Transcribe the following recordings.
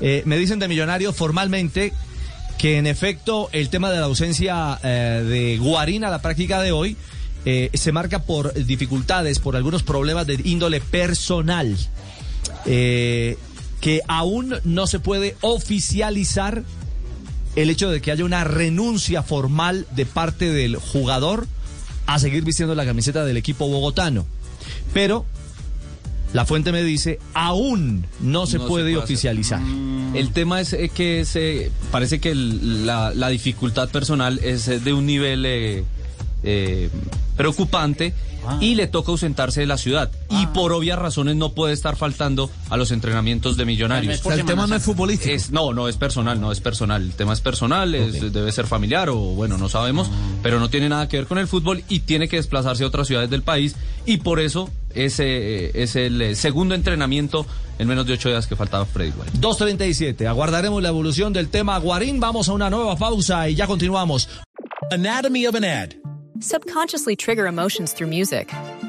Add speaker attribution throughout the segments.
Speaker 1: Eh, me dicen de Millonario formalmente que en efecto el tema de la ausencia eh, de Guarín a la práctica de hoy eh, se marca por dificultades, por algunos problemas de índole personal, eh, que aún no se puede oficializar el hecho de que haya una renuncia formal de parte del jugador a seguir vistiendo la camiseta del equipo bogotano. Pero la fuente me dice, aún no se, no puede, se puede, oficializar.
Speaker 2: Mm. El tema es eh, que se, parece que el, la, la, dificultad personal es de un nivel eh, eh, preocupante ah. y le toca ausentarse de la ciudad. Ah. Y por obvias razones no puede estar faltando a los entrenamientos de millonarios.
Speaker 1: No, no Pues el tema no es futbolístico.
Speaker 2: Es, no, no es personal, no es personal. El tema es personal, okay. es, debe ser familiar o bueno, no sabemos, mm. pero no tiene nada que ver con el fútbol y tiene que desplazarse a otras ciudades del país y por eso ese eh, es el segundo entrenamiento en menos de ocho días que faltaba Freddy Guarín.
Speaker 1: 2.37. Aguardaremos la evolución del tema Guarín. Vamos a una nueva pausa y ya continuamos.
Speaker 3: Anatomy of an ad.
Speaker 4: Subconsciously trigger emotions through music.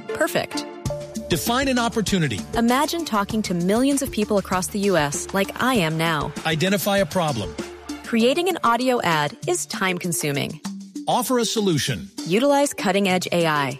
Speaker 4: Perfect.
Speaker 3: Define an opportunity.
Speaker 4: Imagine talking to millions of people across the U.S. like I am now.
Speaker 3: Identify a problem.
Speaker 4: Creating an audio ad is time consuming.
Speaker 3: Offer a solution.
Speaker 4: Utilize cutting edge AI.